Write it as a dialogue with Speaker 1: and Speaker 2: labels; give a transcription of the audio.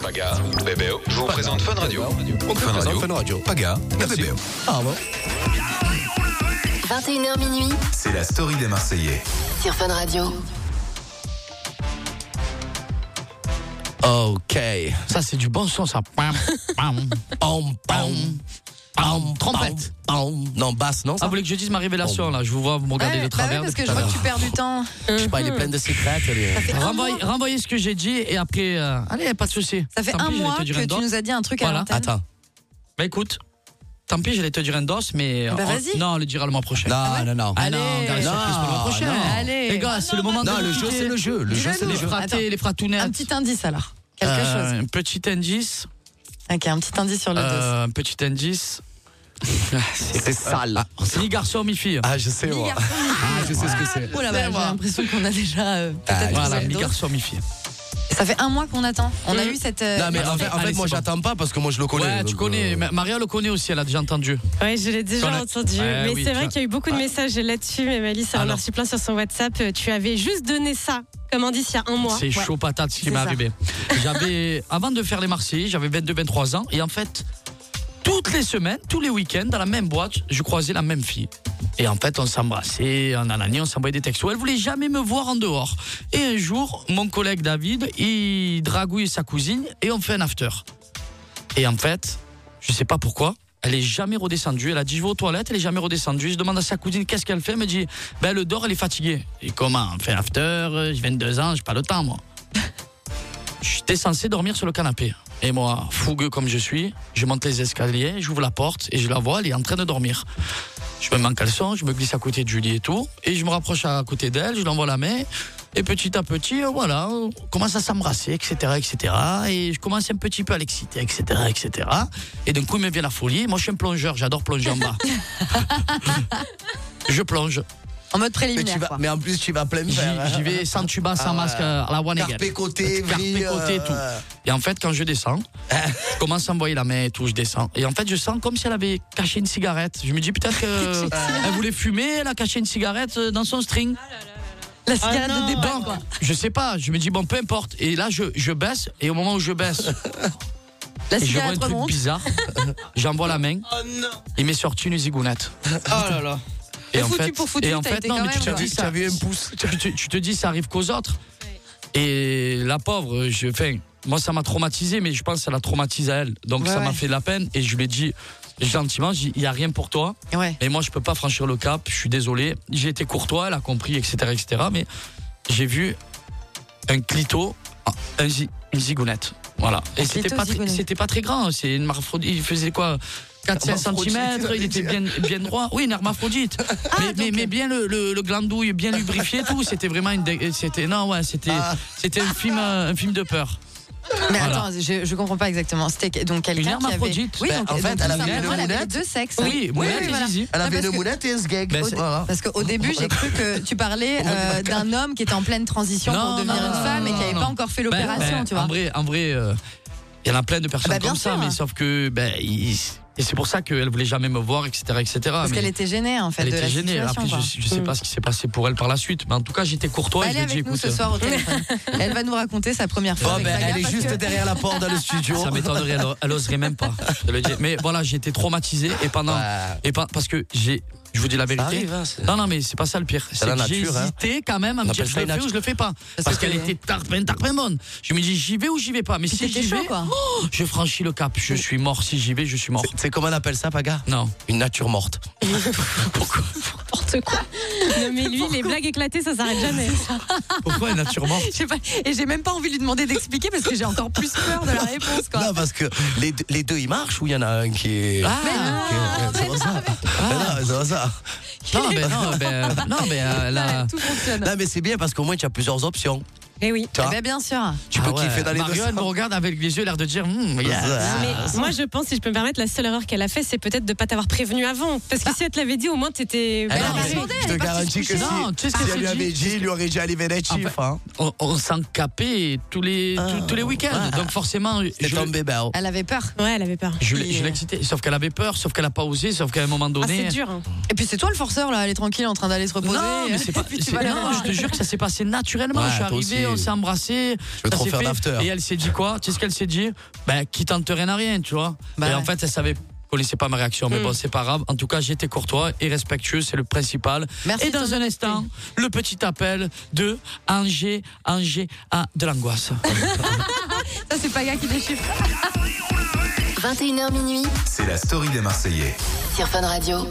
Speaker 1: Paga, Bébéo. Je vous présente Fun Radio.
Speaker 2: On te
Speaker 1: Fun
Speaker 2: présente
Speaker 1: Radio.
Speaker 2: Fun Radio.
Speaker 1: Paga,
Speaker 2: Merci.
Speaker 1: Bébéo.
Speaker 2: Ah bon
Speaker 3: 21h minuit
Speaker 1: C'est la story des Marseillais.
Speaker 3: sur Fun Radio.
Speaker 2: Ok.
Speaker 4: Ça, c'est du bon son, ça. Pam, pam.
Speaker 2: Pam, pam, pam,
Speaker 4: Trompette.
Speaker 2: pam, pam. Non, basse, non
Speaker 4: Ah,
Speaker 2: ça
Speaker 4: vous voulez que je dise ma révélation, là Je vous vois vous me regardez de
Speaker 5: Ouais, bah ouais,
Speaker 4: travers.
Speaker 5: parce
Speaker 4: depuis
Speaker 5: que je
Speaker 4: tout à
Speaker 5: vois que
Speaker 4: l'heure.
Speaker 5: tu perds du temps.
Speaker 2: Je sais pas, il est plein de secrets. elle est-
Speaker 5: un
Speaker 4: Renvoyez,
Speaker 5: mois-
Speaker 4: renvoyez ce que j'ai dit et après. euh, Allez, pas de souci.
Speaker 5: Ça fait
Speaker 4: Tant
Speaker 5: un
Speaker 4: pis, j'allais
Speaker 5: mois
Speaker 4: te
Speaker 5: que
Speaker 4: dire un
Speaker 5: tu
Speaker 4: dos.
Speaker 5: nous as dit un truc à
Speaker 4: Voilà.
Speaker 5: l'antenne.
Speaker 2: Attends.
Speaker 4: Bah écoute, tant pis, j'allais te dire un dos, mais.
Speaker 5: Bah,
Speaker 4: on-
Speaker 5: vas-y.
Speaker 4: Non, on le dira le mois prochain.
Speaker 2: Non, non, non.
Speaker 4: Ah non, on garde les
Speaker 2: Non,
Speaker 4: surprises pour le mois prochain.
Speaker 2: non.
Speaker 5: Allez.
Speaker 4: Les gars, c'est le moment
Speaker 2: Non,
Speaker 4: de
Speaker 2: le jeu,
Speaker 4: discuter.
Speaker 2: c'est le jeu. Le jeu, c'est le
Speaker 4: Les
Speaker 2: jeu.
Speaker 5: Attends.
Speaker 4: fratés, les fratounettes.
Speaker 5: Un petit indice alors. Quelque
Speaker 4: Euh,
Speaker 5: chose.
Speaker 4: Un petit indice.
Speaker 5: Ok, un petit indice sur le dos.
Speaker 4: euh, un petit indice.
Speaker 2: C'est sale.
Speaker 4: Ni garçon, mi fille.
Speaker 2: Ah, je sais, moi. Ah, je sais ce que c'est.
Speaker 5: Oh là, bah, j'ai l'impression qu'on a déjà euh, peut-être
Speaker 2: Ah,
Speaker 5: trouvé
Speaker 4: Bah, Voilà,
Speaker 5: le
Speaker 4: mi
Speaker 5: dos.
Speaker 4: garçon, mi fille.
Speaker 5: Ça fait un mois qu'on attend. On
Speaker 4: Mmh.
Speaker 5: a eu cette. euh,
Speaker 2: Non, mais en fait, en fait,
Speaker 4: Allez,
Speaker 2: moi,
Speaker 4: c'est bon.
Speaker 2: j'attends pas parce que moi, je le connais.
Speaker 4: Ouais, tu
Speaker 2: donc,
Speaker 4: connais.
Speaker 2: euh,
Speaker 4: Ma- Maria le connaît aussi, elle a déjà entendu.
Speaker 6: Oui, je l'ai déjà
Speaker 4: Sur la-
Speaker 6: entendu.
Speaker 4: Ouais,
Speaker 6: mais
Speaker 4: oui,
Speaker 6: c'est
Speaker 4: tu
Speaker 6: vrai
Speaker 4: as-
Speaker 6: qu'il y a eu beaucoup de
Speaker 4: Ah.
Speaker 6: messages là-dessus. Mais Malice en a
Speaker 4: Alors.
Speaker 6: reçu plein sur son WhatsApp. Euh, Tu avais juste donné ça comme indice il y a un mois.
Speaker 4: C'est chaud patate ce qui
Speaker 5: C'est
Speaker 4: m'est
Speaker 5: ça.
Speaker 4: arrivé. J'avais, avant de faire les Marseillais, j'avais 22-23 ans et en fait, toutes les semaines, tous les week-ends, dans la même boîte, je croisais la même fille. Et en fait, on s'embrassait, on en a on s'envoyait des textos. Elle voulait jamais me voir en dehors. Et un jour, mon collègue David, il dragouille sa cousine et on fait un after. Et en fait, je sais pas pourquoi. Elle est jamais redescendue. Elle a dit je vais aux toilettes. Elle est jamais redescendue. Je demande à sa cousine qu'est-ce qu'elle fait. Elle me dit ben le dort. Elle est fatiguée. Et comment On fait after. euh, J'ai 22 ans. J'ai pas le temps moi. J'étais censé dormir sur le canapé. Et moi, fougueux comme je suis, je monte les escaliers, j'ouvre la porte et je la vois. Elle est en train de dormir. Je me mets en caleçon, je me glisse à côté de Julie et tout, et je me rapproche à côté d'elle, je l'envoie la main, et petit à petit, euh, voilà, on commence à s'embrasser, etc., etc. Et je commence un petit peu à l'exciter, etc., etc. Et d'un coup, il me vient la folie. Moi, je suis un plongeur, j'adore plonger en bas. je plonge.
Speaker 5: En mode
Speaker 2: Mais, tu
Speaker 5: préliminaire.
Speaker 2: vas-
Speaker 5: quoi.
Speaker 2: mais en plus, tu vas plein
Speaker 4: J'y
Speaker 2: faire.
Speaker 4: j'y vais sans tuba,
Speaker 2: Ah
Speaker 4: sans
Speaker 2: ouais.
Speaker 4: masque euh, à la one again.
Speaker 2: Carpe côté, euh,
Speaker 4: Carpe côté, tout. Et en fait, quand je descends, je commence à envoyer la main et tout, je descends. Et en fait, je sens comme si elle avait caché une cigarette. Je me dis peut-être qu'elle voulait fumer, elle a caché une cigarette euh, dans son string. Ah
Speaker 5: La cigarette de débat,
Speaker 4: Donc,
Speaker 5: quoi.
Speaker 4: je sais pas, je me dis bon, peu importe. Et là, je, je baisse, et au moment où je baisse,
Speaker 5: La
Speaker 4: et je vois un
Speaker 5: cigarette
Speaker 4: truc
Speaker 5: remonte.
Speaker 4: bizarre, j'envoie la main, il m'est sorti une zigounette. Et en
Speaker 5: foutu
Speaker 4: fait,
Speaker 5: pour foutu,
Speaker 4: et en
Speaker 5: t'as
Speaker 4: fait
Speaker 5: été
Speaker 4: non,
Speaker 5: quand
Speaker 4: mais tu
Speaker 5: même,
Speaker 4: te
Speaker 5: quoi.
Speaker 4: dis,
Speaker 2: T'as
Speaker 4: ça,
Speaker 2: vu un pouce.
Speaker 4: tu, te- tu te dis, ça arrive qu'aux autres. Et la pauvre, je, enfin, moi, ça m'a traumatisé, mais je pense que ça la traumatise à elle. Donc,
Speaker 5: Ouais,
Speaker 4: ça m'a
Speaker 5: ouais.
Speaker 4: fait de la peine, et je lui ai dit gentiment, j'ai dit, il n'y a rien pour toi.
Speaker 5: Ouais.
Speaker 4: Et moi, je peux pas franchir le cap. Je suis désolé. J'ai été courtois, elle a compris, etc., etc. Mais j'ai vu un clito, un zi- une zigounette. Voilà. Et c'était
Speaker 5: clito
Speaker 4: pas, très-
Speaker 5: zigounette.
Speaker 4: c'était pas très grand. C'est une hermaphrodite. Il faisait quoi 4-5
Speaker 2: Hermaphrodite,
Speaker 4: cm, il était bien, bien droit. Oui, une hermaphrodite.
Speaker 5: Ah,
Speaker 4: mais, mais, mais bien le, le, le glandouille, bien lubrifié et tout. C'était vraiment une. dé- C'était, non, ouais, c'était,
Speaker 2: Ah.
Speaker 4: c'était un, film, euh, un film de peur.
Speaker 5: Mais
Speaker 4: Voilà.
Speaker 5: attends, je, je comprends pas exactement. C'était donc
Speaker 4: Une Bah,
Speaker 5: quelqu'un qui avait.
Speaker 4: hermaphrodite.
Speaker 5: Oui,
Speaker 2: Ben,
Speaker 5: donc,
Speaker 2: en fait,
Speaker 5: donc,
Speaker 2: elle avait
Speaker 5: simplement,
Speaker 2: une
Speaker 5: elle avait
Speaker 2: lunette.
Speaker 5: deux sexes.
Speaker 4: Oui, mounette et
Speaker 5: voilà.
Speaker 4: zizi.
Speaker 2: Elle avait
Speaker 5: parce
Speaker 2: une
Speaker 5: que-
Speaker 2: moulette et un sgeg.
Speaker 4: Ah, Ben, c'est-
Speaker 2: Voilà.
Speaker 5: Parce qu'au début, j'ai cru que tu parlais euh, d'un homme qui était en pleine transition
Speaker 4: Non,
Speaker 5: pour devenir
Speaker 4: non,
Speaker 5: une femme et qui n'avait
Speaker 4: non,
Speaker 5: pas
Speaker 4: non.
Speaker 5: encore fait
Speaker 4: Ben,
Speaker 5: l'opération,
Speaker 4: ben,
Speaker 5: tu vois.
Speaker 4: En vrai, en vrai, euh, il y en a plein de personnes
Speaker 5: Ah bah, bien
Speaker 4: comme ça,
Speaker 5: sûr.
Speaker 4: mais sauf que ben, il- et c'est pour ça qu'elle voulait jamais me voir, etc., etc.
Speaker 5: Parce
Speaker 4: ah, mais
Speaker 5: qu'elle était gênée, en fait,
Speaker 4: elle
Speaker 5: de
Speaker 4: était
Speaker 5: la
Speaker 4: gênée.
Speaker 5: situation.
Speaker 4: Après,
Speaker 5: quoi.
Speaker 4: je, je sais pas ce qui s'est passé pour elle par la suite, mais en tout cas, j'étais courtois. et
Speaker 5: Elle
Speaker 4: je
Speaker 5: est
Speaker 4: lui ai dit,
Speaker 5: avec nous
Speaker 4: écoute, euh,
Speaker 5: ce soir au téléphone. Elle va nous raconter sa première fois.
Speaker 2: Bon,
Speaker 5: avec
Speaker 2: ben,
Speaker 5: Saga
Speaker 2: elle est
Speaker 5: parce
Speaker 2: juste
Speaker 5: que-
Speaker 2: derrière la porte dans le
Speaker 4: euh,
Speaker 2: studio.
Speaker 4: ça m'étonnerait, elle, elle oserait même pas. je te le dis. Mais voilà, j'ai été traumatisé et pendant
Speaker 2: Ouais.
Speaker 4: et pas- parce que j'ai, je vous dis la vérité.
Speaker 2: arrive, hein, c'est-
Speaker 4: non, non, mais c'est pas ça le pire. C'est
Speaker 2: la
Speaker 4: que j'ai
Speaker 2: nature, hein.
Speaker 4: hésité quand même à
Speaker 2: On
Speaker 4: me dire
Speaker 2: appelle
Speaker 4: je
Speaker 2: ça
Speaker 4: le
Speaker 2: la
Speaker 4: fais ou je le fais pas. Parce
Speaker 5: que-
Speaker 4: qu'elle était tarpin, tarpin bonne. Je me dis j'y vais ou j'y vais pas. Mais si
Speaker 5: C'était
Speaker 4: j'y
Speaker 5: chaud,
Speaker 4: vais, oh,
Speaker 5: quoi.
Speaker 4: je franchis le cap. Je suis mort. Si j'y vais, je suis mort.
Speaker 2: C'est comment on appelle ça, Paga
Speaker 4: Non.
Speaker 2: Une nature morte.
Speaker 4: Pourquoi,
Speaker 6: N'importe quoi. Non, mais lui, les blagues éclatées, ça s'arrête jamais.
Speaker 4: pourquoi une nature morte
Speaker 5: Je sais pas. Et j'ai même pas envie de lui demander d'expliquer parce que j'ai encore plus peur de la réponse, quoi.
Speaker 2: Non, parce que les deux, les deux, ils marchent ou il y en a un qui est.
Speaker 4: Ah,
Speaker 2: qui est- c'est pour ça. Ben non, c'est pour ça.
Speaker 4: non, ben non, ben, non, ben, euh, là.
Speaker 5: Tout fonctionne.
Speaker 4: Bah,
Speaker 2: Non, mais c'est bien parce qu'au moins tu as plusieurs options.
Speaker 6: Mais oui.
Speaker 2: Tu vois
Speaker 5: Eh ben, bien sûr.
Speaker 2: Tu
Speaker 4: Ah
Speaker 2: peux
Speaker 4: ouais,
Speaker 2: kiffer dans les
Speaker 4: Marion, elle me
Speaker 2: deux. Ah,
Speaker 4: regarde avec les yeux, l'air de dire. Hmm, yes.
Speaker 2: sens.
Speaker 6: Mais
Speaker 5: Ah.
Speaker 6: moi, je pense, si je peux me permettre, la seule erreur qu'elle a fait, c'est peut-être de pas t'avoir prévenu avant. Parce
Speaker 5: Ah.
Speaker 6: que si elle te l'avait dit, au moins, t'étais.
Speaker 2: Ah
Speaker 4: Elle
Speaker 2: non,
Speaker 4: a
Speaker 2: mais
Speaker 4: demandé,
Speaker 2: je te garantis que si,
Speaker 4: Non, tu Ah, bah, sais ce
Speaker 2: si
Speaker 4: qu'elle
Speaker 2: elle lui
Speaker 4: s'est
Speaker 2: avait
Speaker 4: dit
Speaker 2: dit, il lui aurait déjà levé les chiffres. hein.
Speaker 4: On, on s'en capait tous les, tous, tous les week-ends. Donc forcément,
Speaker 2: C'est
Speaker 4: je,
Speaker 2: ton bébé. hein.
Speaker 5: Elle avait peur.
Speaker 6: Ouais, elle avait peur.
Speaker 4: je, l'ai- je l'ai excité. Sauf qu'elle avait peur, sauf qu'elle a pas osé, sauf qu'à un moment
Speaker 6: Ah, c'est
Speaker 4: donné.
Speaker 6: dur. hein.
Speaker 5: Et puis c'est toi le forceur là, elle est tranquille en train d'aller se reposer.
Speaker 4: non, mais c'est pas.
Speaker 5: Et puis tu
Speaker 4: c'est-
Speaker 5: vas la
Speaker 4: non,
Speaker 5: voir.
Speaker 4: je te jure que ça s'est passé naturellement.
Speaker 2: Ouais,
Speaker 4: je suis
Speaker 2: toi
Speaker 4: arrivé,
Speaker 2: aussi,
Speaker 4: on s'est embrassés.
Speaker 2: veux
Speaker 4: ça
Speaker 2: trop
Speaker 4: s'est
Speaker 2: faire
Speaker 4: fait.
Speaker 2: d'after.
Speaker 4: Et elle s'est dit quoi Tu sais ce qu'elle s'est dit Ben, qui tente rien à rien, tu vois.
Speaker 5: Bah
Speaker 4: et
Speaker 5: ouais.
Speaker 4: en fait, elle savait. connaissait pas ma réaction, mais bon, c'est pas grave. En tout cas, j'étais courtois et respectueux, c'est le principal.
Speaker 5: Merci
Speaker 4: et
Speaker 5: de
Speaker 4: dans
Speaker 5: ton
Speaker 4: un
Speaker 5: honnêteté.
Speaker 4: instant, le petit appel de Angers, Angers à de l'angoisse.
Speaker 5: Ça, c'est pas gars qui déchiffre.
Speaker 3: 21h minuit
Speaker 1: C'est la story des Marseillais.
Speaker 3: sur Fun Radio.